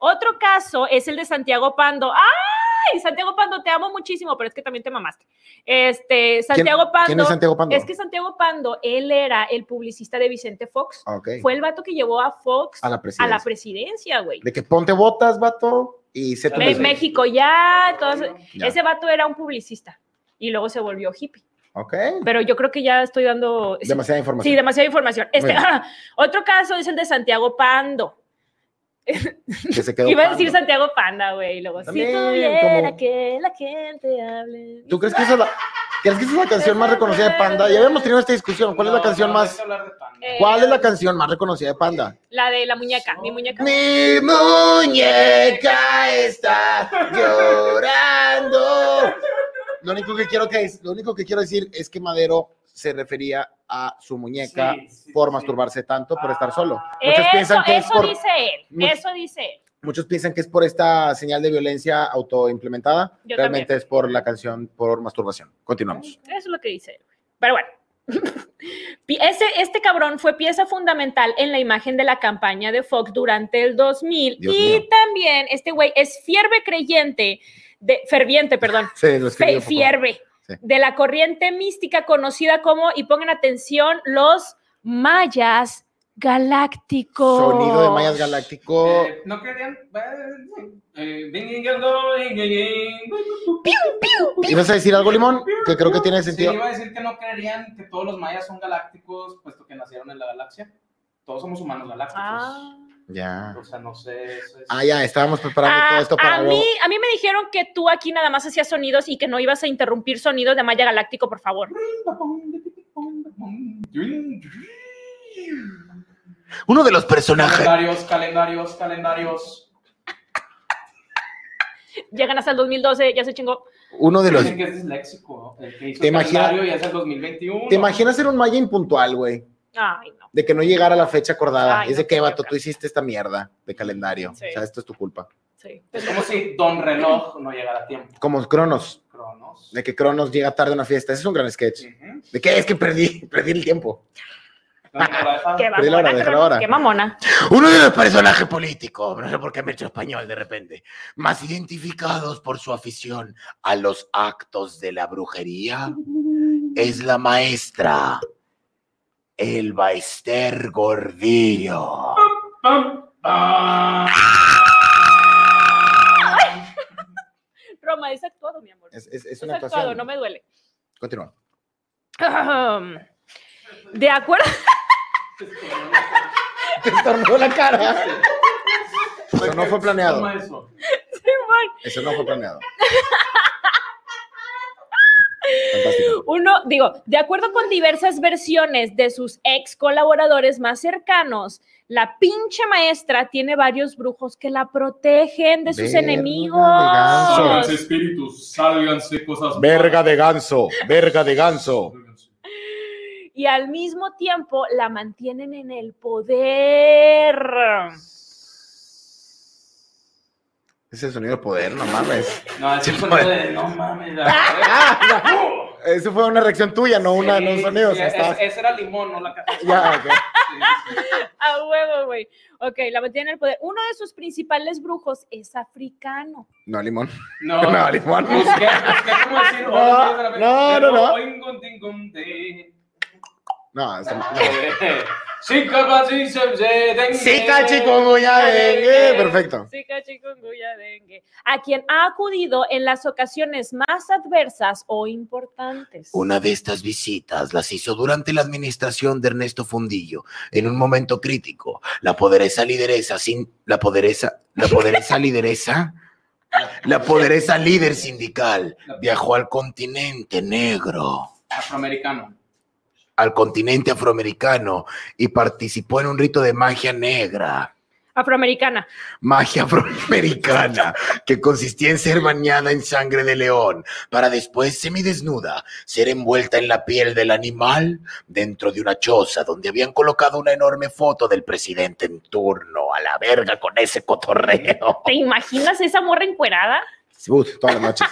Otro caso es el de Santiago Pando. ¡Ay! Santiago Pando, te amo muchísimo, pero es que también te mamaste. Este,
¿Quién-
Santiago Pando.
¿Quién es Santiago Pando?
Es que Santiago Pando, él era el publicista de Vicente Fox.
Ah, ok.
Fue el vato que llevó a Fox
a la
a
presidencia.
la presidencia, güey.
De que ponte botas, vato, y se
Me-
Me-
presidencia.
México ya, todas-
Ya.
Ese vato era un publicista y luego se volvió hippie.
Ok.
Pero yo creo que ya estoy dando. sí,
Demasiada información.
Sí, demasiada información. Este,
bien.
otro caso es el de Santiago Pando.
que se quedó
Iba a
pando.
decir Santiago Panda, güey. y Luego,
También,
si tuviera
como-
que la gente hable.
¿Tú crees que esa es la, crees que esa es la canción más reconocida de Panda? Ya habíamos tenido esta discusión. ¿Cuál es la
No,
canción
no, hay
más?
que hablar de Panda.
Eh,
¿Cuál es la canción más reconocida de Panda?
La de la muñeca, mi muñeca.
Mi muñeca está llorando. Lo único que quiero que lo único que quiero decir es que Madero se refería a su muñeca
Sí, sí,
por
sí.
masturbarse tanto por estar solo.
Ah.
Muchos
Eso,
piensan que es
eso
por
dice él.
Much-
Eso dice él.
muchos piensan que es por esta señal de violencia autoimplementada.
Yo
Realmente es por la canción por masturbación. Continuamos.
Eso es lo que dice él. Pero bueno. Pi- Ese, este cabrón fue pieza fundamental en la imagen de la campaña de Fox durante el 2000
Dios
y
mío.
también este güey es fierve creyente, de, ferviente, perdón,
Sí, lo escribí
fe-
un poco.
fierve
Sí.
de la corriente mística conocida como, y pongan atención, los mayas galáctico.
Sonido de mayas galáctico.
Eh, no querían. Eh, viniendo y- y- y- pues,
¿Ibas a decir algo, Limón? Que creo que tiene
Sí,
sentido.
iba a decir que no creerían que todos los mayas son galácticos, puesto que nacieron en la galaxia. Todos somos humanos galácticos.
Ah.
Ya.
O sea, no sé. eso es-
Ah, ya, estábamos preparando
Ah,
todo esto para
a,
luego.
mí, a mí me dijeron que tú aquí nada más hacías sonidos y que no ibas a interrumpir sonidos de Maya Galáctico, por favor.
Uno de los personajes.
Calendarios, calendarios, calendarios.
Llegan hasta el 2012, ya se chingó.
Uno de los.
Dicen que es disléxico, ¿no? El que hizo
¿Te
el
imaginas-
calendario y es el 2021.
¿Te imaginas ser un maya impuntual, güey?
Ay, no.
De que no llegara a la fecha acordada.
Ay,
es de
no,
que,
qué
vato,
loca.
tú hiciste esta mierda de calendario.
Sí.
O sea, esto es tu culpa.
Sí.
Es como si Don Reloj no llegara a tiempo.
Como Cronos,
Cronos.
de que Cronos llega tarde a una fiesta. Ese es un gran sketch.
Ujú.
¿De qué? Es que perdí, perdí el tiempo.
¿Dónde lo deja?
Qué
Pero dile ahora,
mamona,
déjala
Cronos,
ahora.
qué mamona.
Uno de los personajes políticos, no sé por qué me he hecho español de repente, más identificados por su afición a los actos de la brujería, es la maestra Elba Ester Gordillo.
Pam, pam.
Roma, es actuado, mi amor. Es,
Es, es- es una
actuado,
actuación.
no me duele.
Continúa.
De acuerdo.
Te estornudó la cara. Eso no fue planeado.
Toma eso.
Eso no fue planeado. Fantástico.
Uno, digo, de acuerdo con diversas versiones de sus ex colaboradores más cercanos, la pinche maestra tiene varios brujos que la protegen de sus
Verga de
enemigos.
ganso.
Sálganse espíritus, sálganse cosas.
de ganso, verga de ganso.
Sálganse.
Y al mismo tiempo la mantienen en el poder.
Ese es el sonido de poder, no mames.
No, es un sonido de no mames. la-
Ah, ya. Eso fue una reacción tuya, no, una, no un
Sí,
sonido. o
sí,
sea,
es-
estabas-
Ese era limón, no la caja.
Ya, ok.
Sí, sí.
A huevo, güey. Ok, la mantienen en el poder. Uno de sus principales brujos es africano.
No, limón.
No,
No, limón.
Busqué, busqué cómo decir.
No,
hola, de la vez,
no,
pero
no, no.
oing, gun, ding, gun, de.
No, está mal.
Chica, va, sí, se, se, den,
Zika,
eh,
chikungunya, dengue. eh, Perfecto.
Zika, chikungunya, dengue. A quien ha acudido en las ocasiones más adversas o importantes.
Una de estas visitas las hizo durante la administración de Ernesto Fundillo, en un momento crítico. La poderesa lideresa sin la poderesa, la poderesa lideresa, la poderesa líder sindical viajó al continente negro,
Afroamericano.
al continente afroamericano y participó en un rito de magia negra.
Afroamericana.
Magia afroamericana que consistía en ser bañada en sangre de león para después, semidesnuda, ser envuelta en la piel del animal dentro de una choza donde habían colocado una enorme foto del presidente en turno. A la verga con ese cotorreo.
¿Te imaginas esa morra encuerada?
Uf, todas las noches.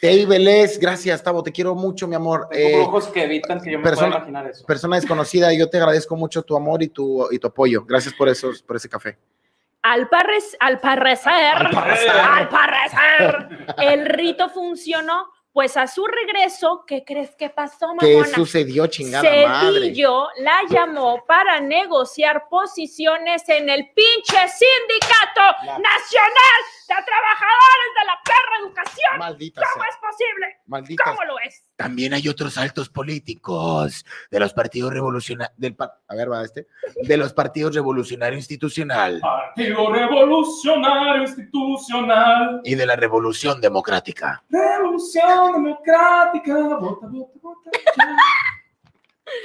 Tei Vélez, gracias, Tavo. Te quiero mucho, mi amor.
Tengo
Eh,
brujos que evitan que yo me
persona-
pueda imaginar eso.
persona desconocida, yo te agradezco mucho tu amor y tu, y tu apoyo. Gracias por, eso, por ese café.
Al, parres- al parecer, al parecer, el rito funcionó. Pues a su regreso, ¿qué crees que pasó, mamona?
¿Qué sucedió, chingada madre?
Cedillo la llamó para negociar posiciones en el pinche sindicato
La-
nacional de trabajadores de la perra educación.
Maldita
¿Cómo
sea,
es posible?
maldita
¿Cómo lo es?
También hay otros altos políticos de los partidos revolucionarios del par-
A ver, va este.
de los partidos revolucionario institucional
Partido Revolucionario Institucional.
y de la revolución democrática.
Revolución Democrática. Vota, vota, vota.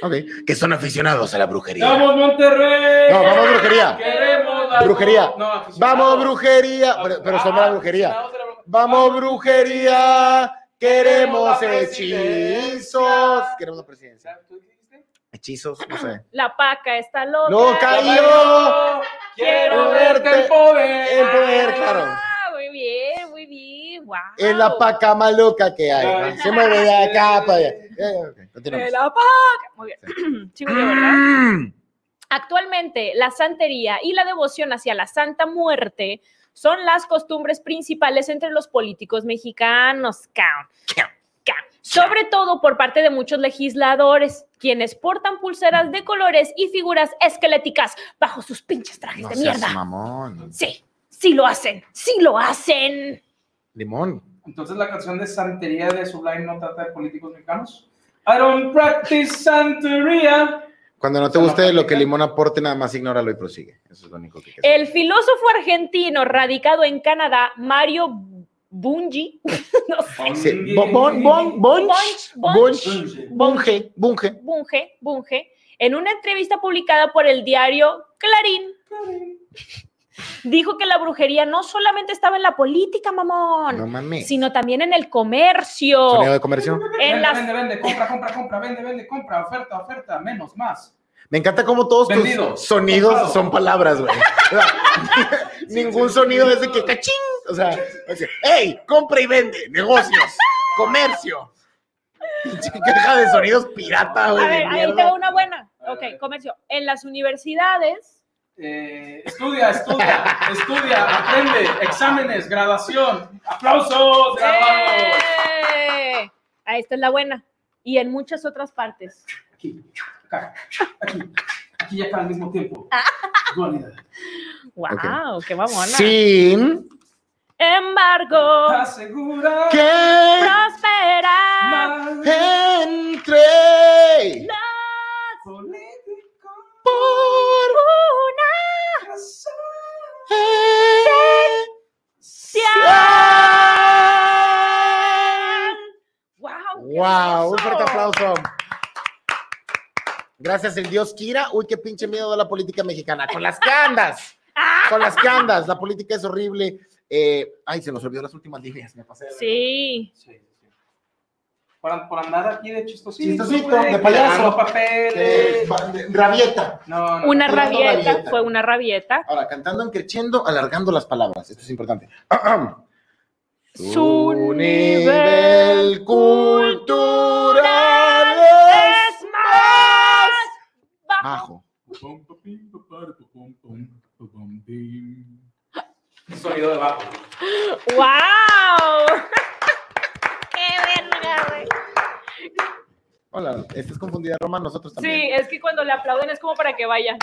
ya.
Ok.
Que son aficionados a la brujería.
Vamos, Monterrey.
No, vamos, brujería.
Queremos la-
Brujería.
No, aficionados.
Vamos, brujería. Pero, pero son la
Ah,
brujería.
aficionados de la bru- Ah,
Vamos, brujería. Queremos
Queremos la presidencia.
hechizos. Queremos la presidencia.
¿Tú dijiste?
Hechizos, no sé.
La paca está loca.
Loca y- yo
quiero
verte
verte el poder.
El poder, claro.
Ah, muy bien, muy bien. Wow.
Es la paca más loca que hay. ¿no? Se mueve de acá para allá. Eh, ok,
Es
continuamos.
la paca. Muy bien. Sigo yo, ¿verdad?
Mm.
Actualmente, la santería y la devoción hacia la Santa Muerte son las costumbres principales entre los políticos mexicanos. caón, caón, caón. sobre todo por parte de muchos legisladores, quienes portan pulseras de colores y figuras esqueléticas bajo sus pinches trajes
No
de
seas
mierda.
mamón.
Sí, sí lo hacen, sí lo hacen.
Limón.
Entonces la canción de Santería de Sublime no trata de políticos mexicanos. I don't practice Santería.
Cuando no te
O sea, no
guste lo que
practica.
Limón aporte, nada más ignóralo y prosigue. Eso es lo único que queda.
El filósofo argentino radicado en Canadá, Mario Bungie, no sé,
Sí. Bon, bon, bon, bon,
Bunch,
bon,
Bungie.
bunge, bunge.
Bunge, Bunge, en una entrevista publicada por el diario Clarín, dijo que la brujería no solamente estaba en la política, mamón,
No mames.
sino también en el comercio.
Sonido de comercio.
En
Vende,
las-
vende, vende, compra, compra, compra, vende, vende, compra, oferta, oferta, menos, más.
Me encanta cómo todos
Vendido.
tus sonidos
Comprado.
son palabras, güey. O sea, Ningún sonido es de que cachín. O sea, es que, hey, compra y vende, negocios, comercio. Pinche Caja de sonidos pirata, güey.
A
de
ver, ahí te
mierda.
va una buena.
A ver, a
Ok,
ver.
comercio. En las universidades,
Eh, estudia, estudia, estudia, aprende, exámenes, graduación, aplausos, graduados.
¡eh! Ah, esta es la buena. Y en muchas otras partes.
Aquí, acá, aquí, aquí y acá al mismo tiempo. Dualidad.
¡Wow! ¡Qué mamona!
Sin
Ah.
Embargo,
Asegura
que
prospera.
más
entre
político
por
razón.
¡Wow!
Wow, un fuerte aplauso. Gracias el Dios Kira. Uy, qué pinche miedo da la política mexicana. Con las que andas. Con las que andas. La política es horrible. Eh, ay, se nos olvidó las últimas líneas. Me pasé. de verga.
Sí.
Sí, sí. Por, por andar aquí de chistosito.
Chistosito,
güey,
de payaso.
tirando papeles.
Eh, va- de- rabieta.
No, no.
Una
Tirando
rabieta,
rabieta.
fue una rabieta.
Ahora, cantando en creciendo, alargando las palabras. Esto es importante.
Su nivel
cultural
es más bajo.
bajo.
Sonido de bajo.
¡Wow!
¡Qué verga, güey!
Hola, ¿estás confundida, Roma? Nosotros también.
Sí, es que cuando le aplauden es como para que vaya.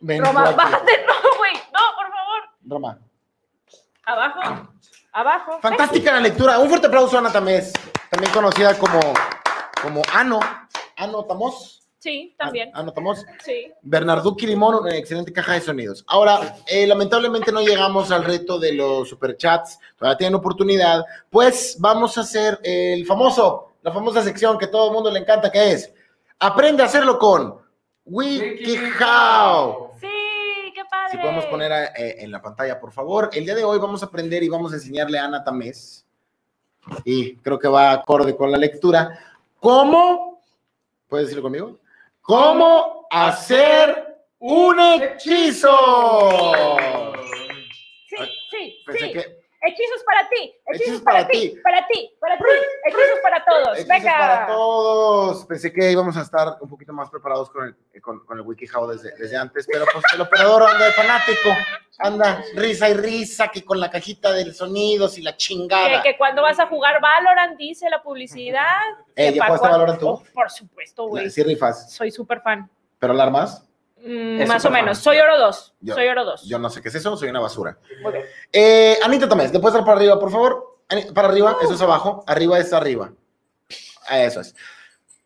Ven,
Roma,
Joaquín.
bájate, no, güey. No, por favor.
Roma.
Abajo. Abajo.
Fantástica la lectura. Un fuerte aplauso a Ana Tamés, también conocida como, como Ano. Ano Tamos.
Sí, también.
Ano Tamos.
Sí.
Bernardo Limón, una excelente caja de sonidos. Ahora, eh, lamentablemente no llegamos al reto de los superchats. Todavía tienen oportunidad. Pues vamos a hacer el famoso, la famosa sección que todo el mundo le encanta, que es Aprende a hacerlo con WikiHow.
Sí, qué padre.
Si podemos poner a- eh, en la pantalla, por favor. El día de hoy vamos a aprender y vamos a enseñarle a Ana Tamés, y creo que va acorde con la lectura, cómo, ¿puedes decirlo conmigo? ¿Cómo hacer un hechizo?
Sí, sí,
Pensé
sí.
que
Hechizos para ti.
Hechizos
Hechizos
para
para ti. Para ti. Para ti. Hechizos para todos.
hechizos
Pues Venga.
para todos. Pensé que íbamos a estar un poquito más preparados con el, eh, con, con el WikiHow desde, desde antes, pero pues el operador anda de fanático. Anda, risa y risa, que con la cajita de sonidos y la
Que,
chingada.
que cuando vas a jugar Valorant, dice la publicidad.
Eh,
que
¿ya
pa'
jugaste
cuan-
Valorant tú?
Oh, por supuesto, güey.
Sí rifas,
Soy súper fan.
pero la armas,
Mm,
Es
más o
superfan.
menos. Soy oro 2.
Yo-
Soy oro 2.
yo no sé qué es eso, soy una basura. Eh, Anita Tamés, ¿le puedes dar para arriba, por favor? Ani- Para arriba, eso es abajo, arriba es arriba. Eso es.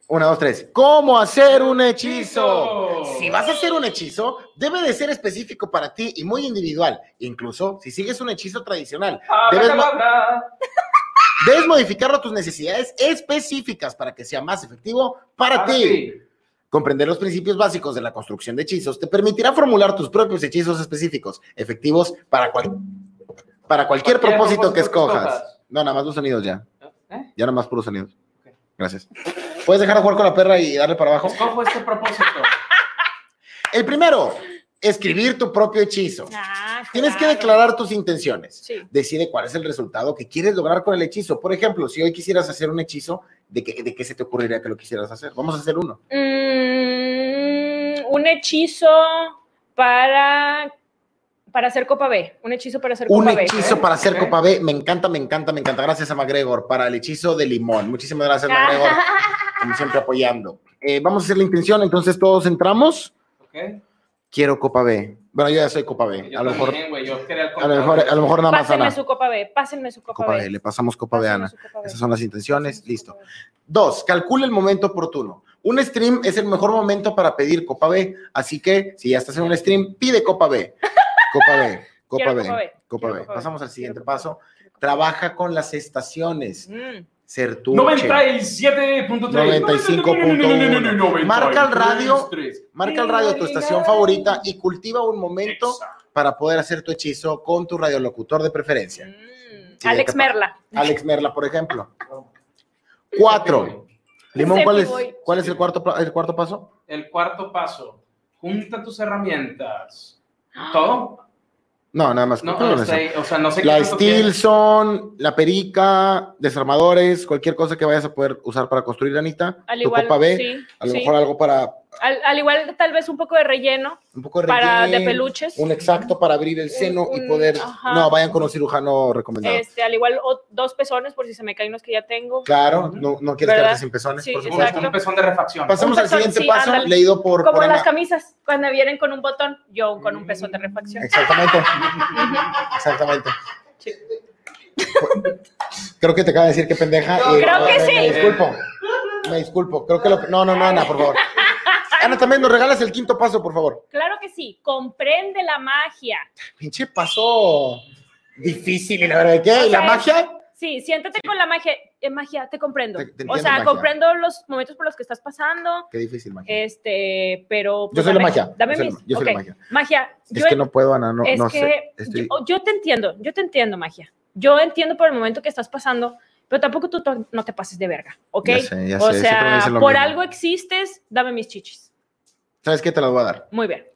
Una, dos, tres. ¿Cómo hacer un hechizo? Si vas a hacer un hechizo, debe de ser específico para ti y muy individual. Incluso si sigues un hechizo tradicional, debes, ma-
Abracadabra.
debes modificarlo a tus necesidades específicas para que sea más efectivo para ti. Comprender los principios básicos de la construcción de hechizos te permitirá formular tus propios hechizos específicos, efectivos para, cual- para
Cualquier
cualquier propósito que
propósito que
escojas.
escojas.
No, nada más los sonidos ya.
¿Eh?
Ya nada más puros sonidos.
Ok.
Gracias. ¿Puedes dejar de jugar con la perra y darle para abajo?
Escojo este propósito.
El primero, escribir tu propio hechizo.
Ah,
Tienes que
claro.
declarar tus intenciones.
Sí.
Decide cuál es el resultado que quieres lograr con el hechizo. Por ejemplo, si hoy quisieras hacer un hechizo, ¿de qué, de qué se te ocurriría que lo quisieras hacer? Vamos a hacer uno.
Mm, un hechizo para Para hacer copa B. Un hechizo para hacer
Un
copa B. ¿eh?
hechizo para hacer
Ok.
copa B. Me encanta, me encanta, me encanta. Gracias a McGregor para el hechizo de limón. Muchísimas gracias, McGregor, como siempre apoyando. Eh, vamos a hacer la intención, entonces todos entramos.
Ok.
Quiero copa B. Bueno, yo ya soy copa B.
Yo
A lo mejor,
también, güey, yo quería el
a lo mejor, a lo mejor nada más
Pásenme
Ana.
su copa B. Pásenme su copa,
Copa
B.
B, le pasamos copa B a
Pásenme
Ana.
su copa B.
Esas son las intenciones,
Pásenme su
listo.
copa B.
Dos, calcula el momento oportuno. Un stream es el mejor momento para pedir copa B, así que si ya estás en un stream, pide copa B. Copa B, copa B, copa
Quiero copa B, quiero
B.
copa B,
Pasamos al siguiente
quiero copa
paso. Trabaja con las estaciones.
Mm.
Sertuche.
97.3.
95.1. Marca el radio. Marca el radio tu estación favorita y cultiva un momento para poder hacer tu hechizo con tu radiolocutor de preferencia.
Mm.
Sí,
Alex
capaz.
Merla.
Alex Merla, por ejemplo. Cuatro. Limón,
Ese
¿cuál
mi
es,
boy.
cuál es el, cuarto, pa- el cuarto paso?
El cuarto paso. Junta tus herramientas.
¡Ah!
¿Todo?
No, nada más.
No, este,
creo que
no
no es
sé, o sea, no sé
La
tanto quieres.
Stilson, la perica, desarmadores, cualquier cosa que vayas a poder usar para construir, Anita.
Al
tu
igual,
copa B,
sí,
a lo
sí.
mejor algo para
Al, al igual, tal vez un poco de relleno
un poco de
para de
relleno,
peluches.
Un exacto para abrir el seno
Un-
y poder.
ajá.
No, vayan con un cirujano recomendado.
Este, al igual, o- dos pezones por si se me caen los que ya tengo.
Claro, no, no quieres
¿Verdad?
quedarte sin pezones,
Sí,
por
Un-
supuesto.
exacto.
Un pezón de refacción.
Pasamos
Un
al
pezón,
siguiente
sí,
paso,
ándale.
leído por.
Como
por
las
Ana.
camisas, cuando vienen con un botón, yo con un pezón de
Mm.
refacción.
Exactamente. Exactamente.
Sí.
Creo que te acaba de decir que pendeja. y-
Creo que
me-
sí.
Me disculpo. Me disculpo. Creo que lo. No, no, no, Ana, por favor. Ana, también nos regalas el quinto paso, por favor.
Claro que sí, comprende la magia.
Pinche paso difícil, y la verdad. ¿Qué?
O
¿Y la
sea,
magia?
Sí, siéntate con la magia, eh, magia, te comprendo.
Te- te
o
entiendo,
sea,
magia.
comprendo los momentos por los que estás pasando,
Qué difícil, magia.
este, pero...
Yo
pues,
soy la
dame-
magia.
Dame
yo soy, la-
mis-
yo soy la
ok.
magia.
Magia,
Es
yo-
que no puedo, Ana, no,
es
no
que
sé. Estoy-
yo, yo te entiendo, yo te entiendo, magia. Yo entiendo por el momento que estás pasando, pero tampoco tú to- no te pases de verga, ¿ok?
Ya sé, ya
o
sé, siempre me
sea,
dicen lo
por
mismo.
algo existes, dame mis chichis.
¿Sabes qué? Te las voy a dar.
Muy bien.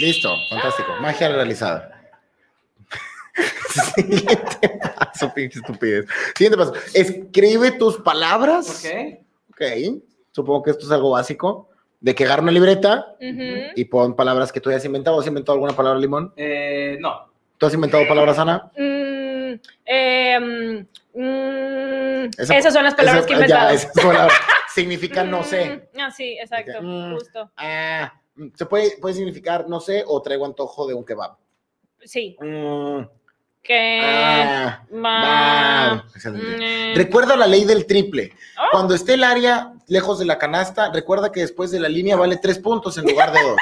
Listo, fantástico.
¡Ah!
Magia realizada. Siguiente paso, pinche estupidez. Siguiente paso. Escribe tus palabras.
Ok.
Ok. Supongo que esto es algo básico. De que agarra una libreta
Ujú.
y pon palabras que tú hayas inventado. ¿Has inventado alguna palabra, Limón?
Eh, no.
¿Tú has inventado palabras, Ana?
Mm, em, mm,
Esa-
esas son las palabras
Esas-
que he inventado.
Ya, esas palabras. Significa no sé.
Mm, ah, sí, exacto,
Ok. Mm.
justo.
Ah, mm, se puede, puede significar no sé o traigo antojo de un kebab.
Sí,
Mm,
que...
ah,
ma-
va. Excelente.
mm,
Recuerda la ley del triple.
Oh.
Cuando esté el área lejos de la canasta, recuerda que después de la línea vale tres puntos en lugar de dos.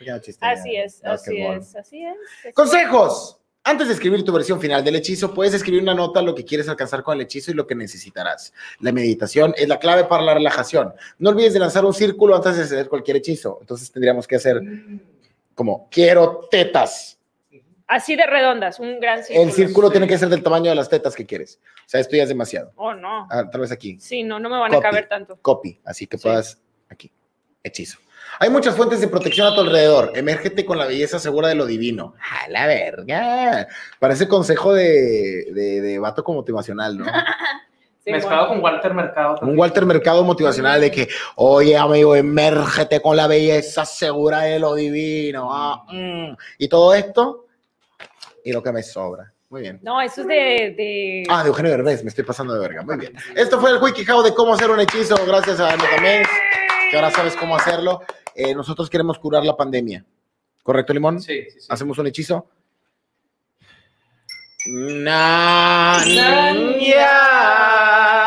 Ya, chiste, ya,
Así es, así
básquetbol.
es, así es. así
Consejos. Antes de escribir tu versión final del hechizo, puedes escribir una nota lo que quieres alcanzar con el hechizo y lo que necesitarás. La meditación es la clave para la relajación. No olvides de lanzar un círculo antes de hacer cualquier hechizo. Entonces tendríamos que hacer
Mm.
como quiero tetas.
Así de redondas, un gran círculo.
el círculo
sí.
tiene que ser del tamaño de las tetas que quieres. O sea, esto ya es demasiado.
Oh, no.
Ah, tal vez aquí.
Sí, no, no me van a
Copy.
caber tanto.
copy, así que
Sí.
puedas aquí, hechizo. Hay muchas fuentes de protección a tu alrededor. Emérgete con la belleza segura de lo divino. ¡A la verga! Parece consejo de, de, de vato como motivacional, ¿no?
Sí,
Mezclado
bueno.
con Walter Mercado.
Un
también.
Walter Mercado motivacional de que, oye, amigo, emérgete con la belleza segura de lo divino. ah, mm". Y todo esto y lo que me sobra. Muy bien.
No, eso es de... de...
Ah, de Eugenio Derbez, me estoy pasando de verga. Muy bien. Esto fue el Wiki How de cómo hacer un hechizo, gracias a Emma Tamés, que ahora sabes cómo hacerlo. Eh, nosotros queremos curar la pandemia. ¿Correcto, Limón?
Sí, sí, sí.
¿Hacemos un hechizo? Na-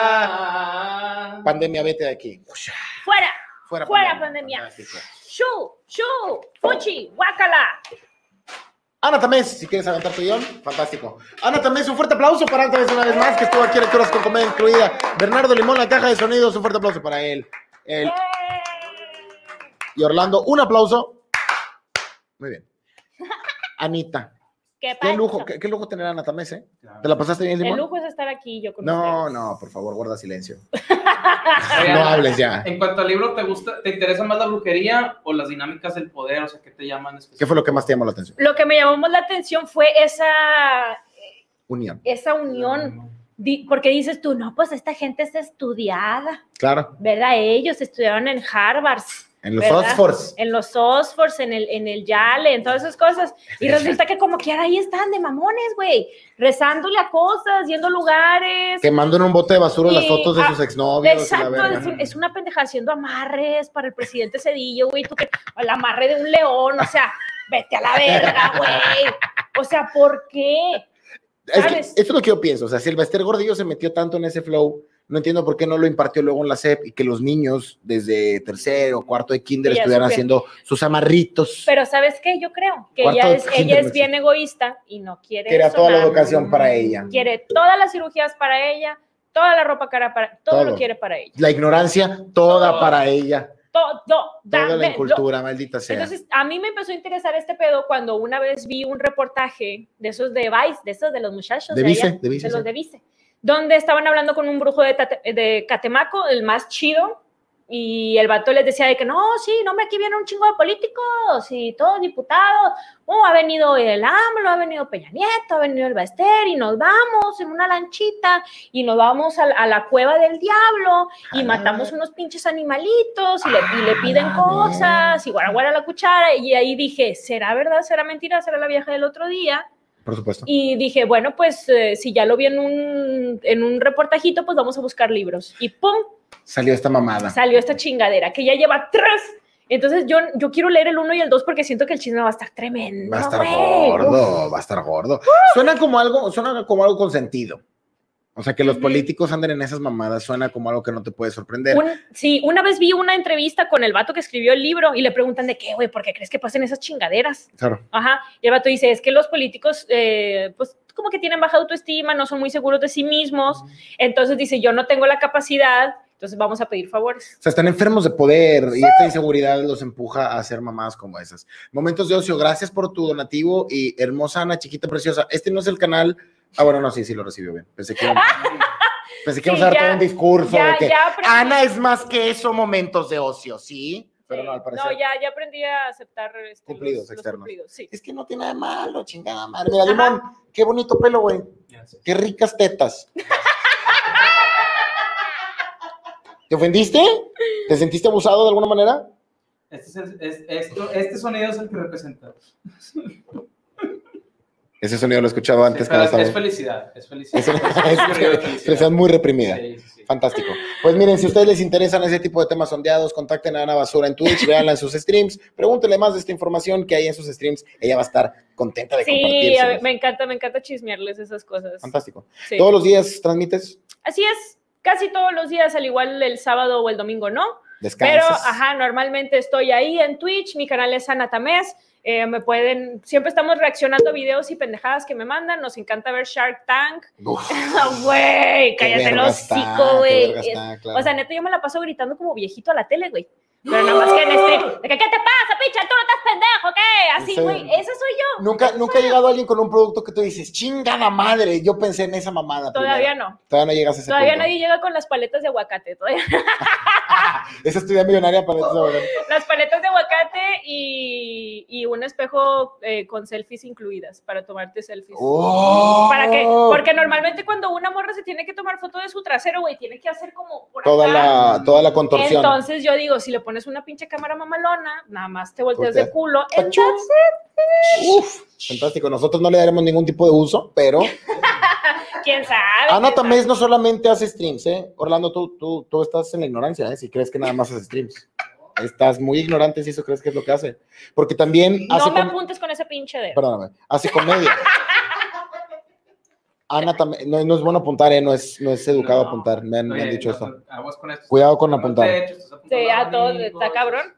Nania.
Pandemia, vete de aquí.
¡Fuera!
Fuera,
Fuera, pandemia.
Fantástico.
¡Shu! ¡Shu! ¡Fuchi! ¡Guácala!
Ana Tamés, si quieres aguantar tu guión, fantástico. Ana Tamés, un fuerte aplauso para Ana Tamés una vez más, que estuvo aquí en Lecturas con Comedia Incluida. Bernardo Limón, la caja de sonidos, un fuerte aplauso para él. El y Orlando. Un aplauso. Muy bien. Anita,
¡Qué,
qué
pacho!
lujo, qué, qué lujo tener a Anata Mese. ¿Te la pasaste bien,
El
Limón?
lujo es estar aquí yo con
No,
ustedes.
no, por favor, guarda silencio.
Oigan,
No hables ya.
En cuanto al libro, ¿te gusta, te interesa más la brujería o las dinámicas del poder? O sea, ¿qué te llaman?
¿Qué fue lo que más te llamó la atención?
Lo que me llamó más la atención fue esa,
Unión.
esa
Mm.
unión, di- porque dices tú, no, pues esta gente es estudiada,
Claro.
¿verdad? Ellos estudiaron en Harvard,
En los
¿Verdad?
Oxfords.
en los Oxfords, en el, en el Yale, en todas esas cosas. Y resulta que como quiera ahí están de mamones, güey, rezándole a cosas, yendo a lugares.
Quemando en un bote de basura las
Sí,
fotos de
ah,
sus exnovios. y la
Exacto,
verga.
es, un- es una pendeja haciendo amarres para el presidente Cedillo, güey, tú que o el amarre de un león, o sea, vete a la verga, güey. O sea, ¿por qué?
Es que
¿sabes?
esto es lo que yo pienso. O sea, si el Bester Gordillo se metió tanto en ese flow, no entiendo por qué no lo impartió luego en la SEP y que los niños desde tercero, cuarto de kinder
Que ya
estuvieran
supieran.
haciendo sus amarritos.
Pero ¿sabes qué? Yo creo que
Cuarto
ella es,
kinder,
ella es
güey.
bien egoísta y no quiere
que era
eso,
toda la
nada.
educación para ella.
Quiere todas las cirugías para ella, toda la ropa cara para, todo,
Todo.
lo quiere para ella.
La ignorancia toda
Todo.
para ella.
Todo,
Toda la
dame, lo-
incultura, maldita sea.
Entonces, a mí me empezó a interesar este pedo cuando una vez vi un reportaje de esos de Vice, de esos de los muchachos
De
de, allá,
Vice, de Vice,
los
sí.
de Vice, donde estaban hablando con un brujo de, Tate- de Catemaco, el más chido, y el vato les decía de que no, sí, no, hombre, aquí viene un chingo de políticos y todos diputados, oh, ha venido el AMLO, ha venido Peña Nieto, ha venido el Baester y nos vamos en una lanchita y nos vamos a, la- a la cueva del diablo y
Ah.
matamos unos pinches animalitos y le, y le piden
Ah,
cosas y guara guara la cuchara y ahí dije, ¿será verdad? ¿Será mentira? ¿Será la vieja del otro día?
por supuesto.
Y dije, bueno, pues eh, si ya lo vi en un, en un reportajito, pues vamos a buscar libros. Y ¡pum!
Salió esta mamada.
Salió esta chingadera que ya lleva tres. Entonces yo, yo quiero leer el uno y el dos porque siento que el chisme va a estar tremendo.
Va a estar
güey.
gordo, va a estar gordo. Suena como algo, suena como algo con sentido. O sea, que los
Ujú.
políticos anden en esas mamadas suena como algo que no te puede sorprender.
Un- sí, una vez vi una entrevista con el vato que escribió el libro y le preguntan de qué, güey, ¿por qué crees que pasen esas chingaderas?
Claro.
Ajá. Y el vato dice, es que los políticos, eh, pues como que tienen baja autoestima, no son muy seguros de sí mismos. Entonces dice, yo no tengo la capacidad, entonces vamos a pedir favores.
O sea, están enfermos de poder y esta inseguridad los empuja a hacer mamadas como esas. Momentos de ocio, gracias por tu donativo y hermosa Ana, chiquita preciosa. Este no es el canal. Ah, bueno, no, sí, sí lo recibió bien. Pensé que, íbamos- pensé que
Sí,
íbamos a dar
ya,
todo un discurso
Ya,
de Ah, que
ya aprendí.
Ana es más que eso, momentos de ocio, ¿sí? Pero no, al
Sí.
parecer.
No, ya, ya aprendí a aceptar este,
Cumplidos
los- los
externos.
cumplidos, sí.
Es que no tiene nada de malo, chingada madre. Mira, Limón, qué bonito pelo, güey. Qué ricas tetas. ¿Te ofendiste? ¿Te sentiste abusado de alguna manera?
Este, es el- es- esto- este sonido es el que representa.
Ese sonido lo he escuchado antes
Sí,
que la
pero es
estaba.
felicidad, es felicidad.
Es una
Es un sonido de
expresión muy reprimida.
Sí, sí, sí.
Fantástico. Pues miren, si a ustedes les interesan ese tipo de temas sondeados, contacten a Ana Basura en Twitch, véanla en sus streams, pregúntenle más de esta información que hay en sus streams. Ella va a estar contenta de
Sí, a ver,
compartirse.
me encanta, me encanta chismearles esas cosas.
Fantástico.
Sí.
¿Todos los días transmites?
Así es, casi todos los días, al igual el sábado o el domingo, ¿no?
¿Descansas?
Pero, ajá, normalmente estoy ahí en Twitch, mi canal es Ana Tamés. eh, me pueden, siempre estamos reaccionando a videos y pendejadas que me mandan. Nos encanta ver Shark Tank.
Uf,
Ah, Güey,
qué
cállate el
verga está,
hocico,
qué
güey.
verga
Es-
está,
O sea,
claro.
neta, yo me la paso gritando como viejito a la tele, güey. Pero nada más que en stream. de que, ¿Qué te pasa, picha? Tú no estás pendejo, ¿qué? Así,
Sí.
güey. Esa soy yo.
Nunca, nunca ha llegado alguien con un producto que tú dices, chingada madre, yo pensé en esa mamada.
Todavía
primero".
no.
Todavía no llegas a ese
Todavía
punto.
nadie llega con las paletas de aguacate. Todavía.
Esa es tu idea millonaria para tus abuelos.
Las paletas de aguacate y, y un espejo eh, con selfies incluidas para tomarte selfies.
¡Oh!
¿Para qué? Porque normalmente cuando una morra se tiene que tomar foto de su trasero, güey, tiene que hacer como por
Toda
acá.
la, toda la contorsión.
Entonces yo digo, si le pones una pinche cámara mamalona, nada más te volteas de
Voltea.
culo. and
Achú.
that's it.
Uf, eh, fantástico. Nosotros no le daremos ningún tipo de uso, pero
¿Quién sabe?
Ana Tamés Ah, no solamente hace streams, ¿eh? Orlando, tú, tú, tú estás en la ignorancia, ¿eh? Si crees que nada más hace streams. Estás muy ignorante si eso crees que es lo que hace. Porque también
No
hace
me
com-
apuntes con ese pinche dedo.
perdóname, hace comedia. Ana también, no, no es bueno apuntar, ¿eh? no, es, no es educado
No.
apuntar, me han, me han
Oye,
dicho
no,
esto.
no, aguas con esto.
Cuidado con apuntar.
No te eches, estás apuntando
Sí, a todos,
amigos.
está cabrón.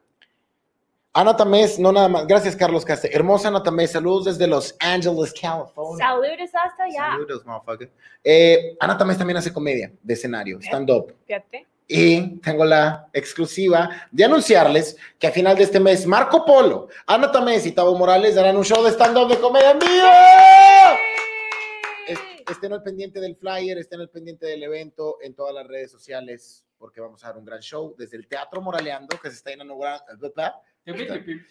Ana Tamés, no nada más, gracias Carlos Caste, hermosa Ana Tamés, saludos desde Los Ángeles, California.
Saludos hasta allá.
Saludos, motherfucker. Eh, Ana Tamés también hace comedia de escenario, stand-up.
Fíjate.
Y tengo la exclusiva de anunciarles que a final de este mes, Marco Polo, Ana Tamés y Tavo Morales darán un show de stand-up de comedia en vivo. Es- estén al pendiente del flyer, estén al pendiente del evento en todas las redes sociales, porque vamos a dar un gran show desde el Teatro Moraleando, que se está inaugurando,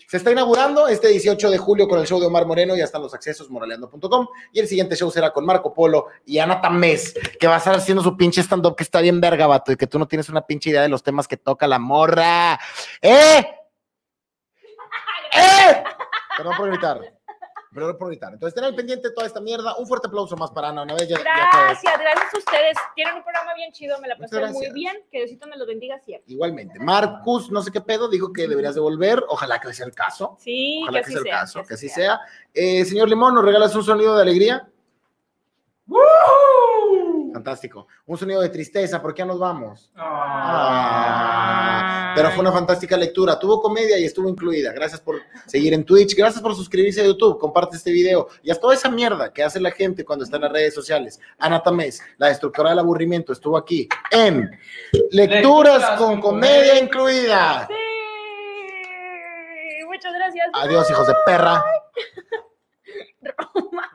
se está inaugurando este 18 de julio con el show de Omar Moreno, ya están los accesos moraleando.com, y el siguiente show será con Marco Polo y Ana Tamés, que va a estar haciendo su pinche stand-up que está bien verga, vato, y que tú no tienes una pinche idea de los temas que toca la morra. ¡Eh! ¡Eh! Perdón por gritar. Perdón por gritar. Entonces, tener pendiente de toda esta mierda. Un fuerte aplauso más para Ana. Una vez ya, ya que-
Gracias, gracias a ustedes. Tienen un programa bien chido, me la
Muchas
pasé muy
gracias.
bien. Que Diosito me los bendiga siempre.
Igualmente. Marcus, no sé qué pedo, dijo que deberías de volver. Ojalá que sea el caso.
Sí,
Ojalá que,
así
sea el
sea,
caso. Que así sea. Eh, señor Limón, ¿nos regalas un sonido de alegría?
¡Woo!
Fantástico. Un sonido de tristeza, porque ya nos vamos.
Ah.
Ah, Pero fue una fantástica lectura. Tuvo comedia y estuvo incluida. Gracias por seguir en Twitch. Gracias por suscribirse a YouTube. Comparte este video. Y haz toda esa mierda que hace la gente cuando está en las redes sociales. Ana Tamés, la destructora del aburrimiento, estuvo aquí en Lecturas con Comedia Incluida.
Sí. Muchas gracias.
Adiós, hijos de perra.
Roma.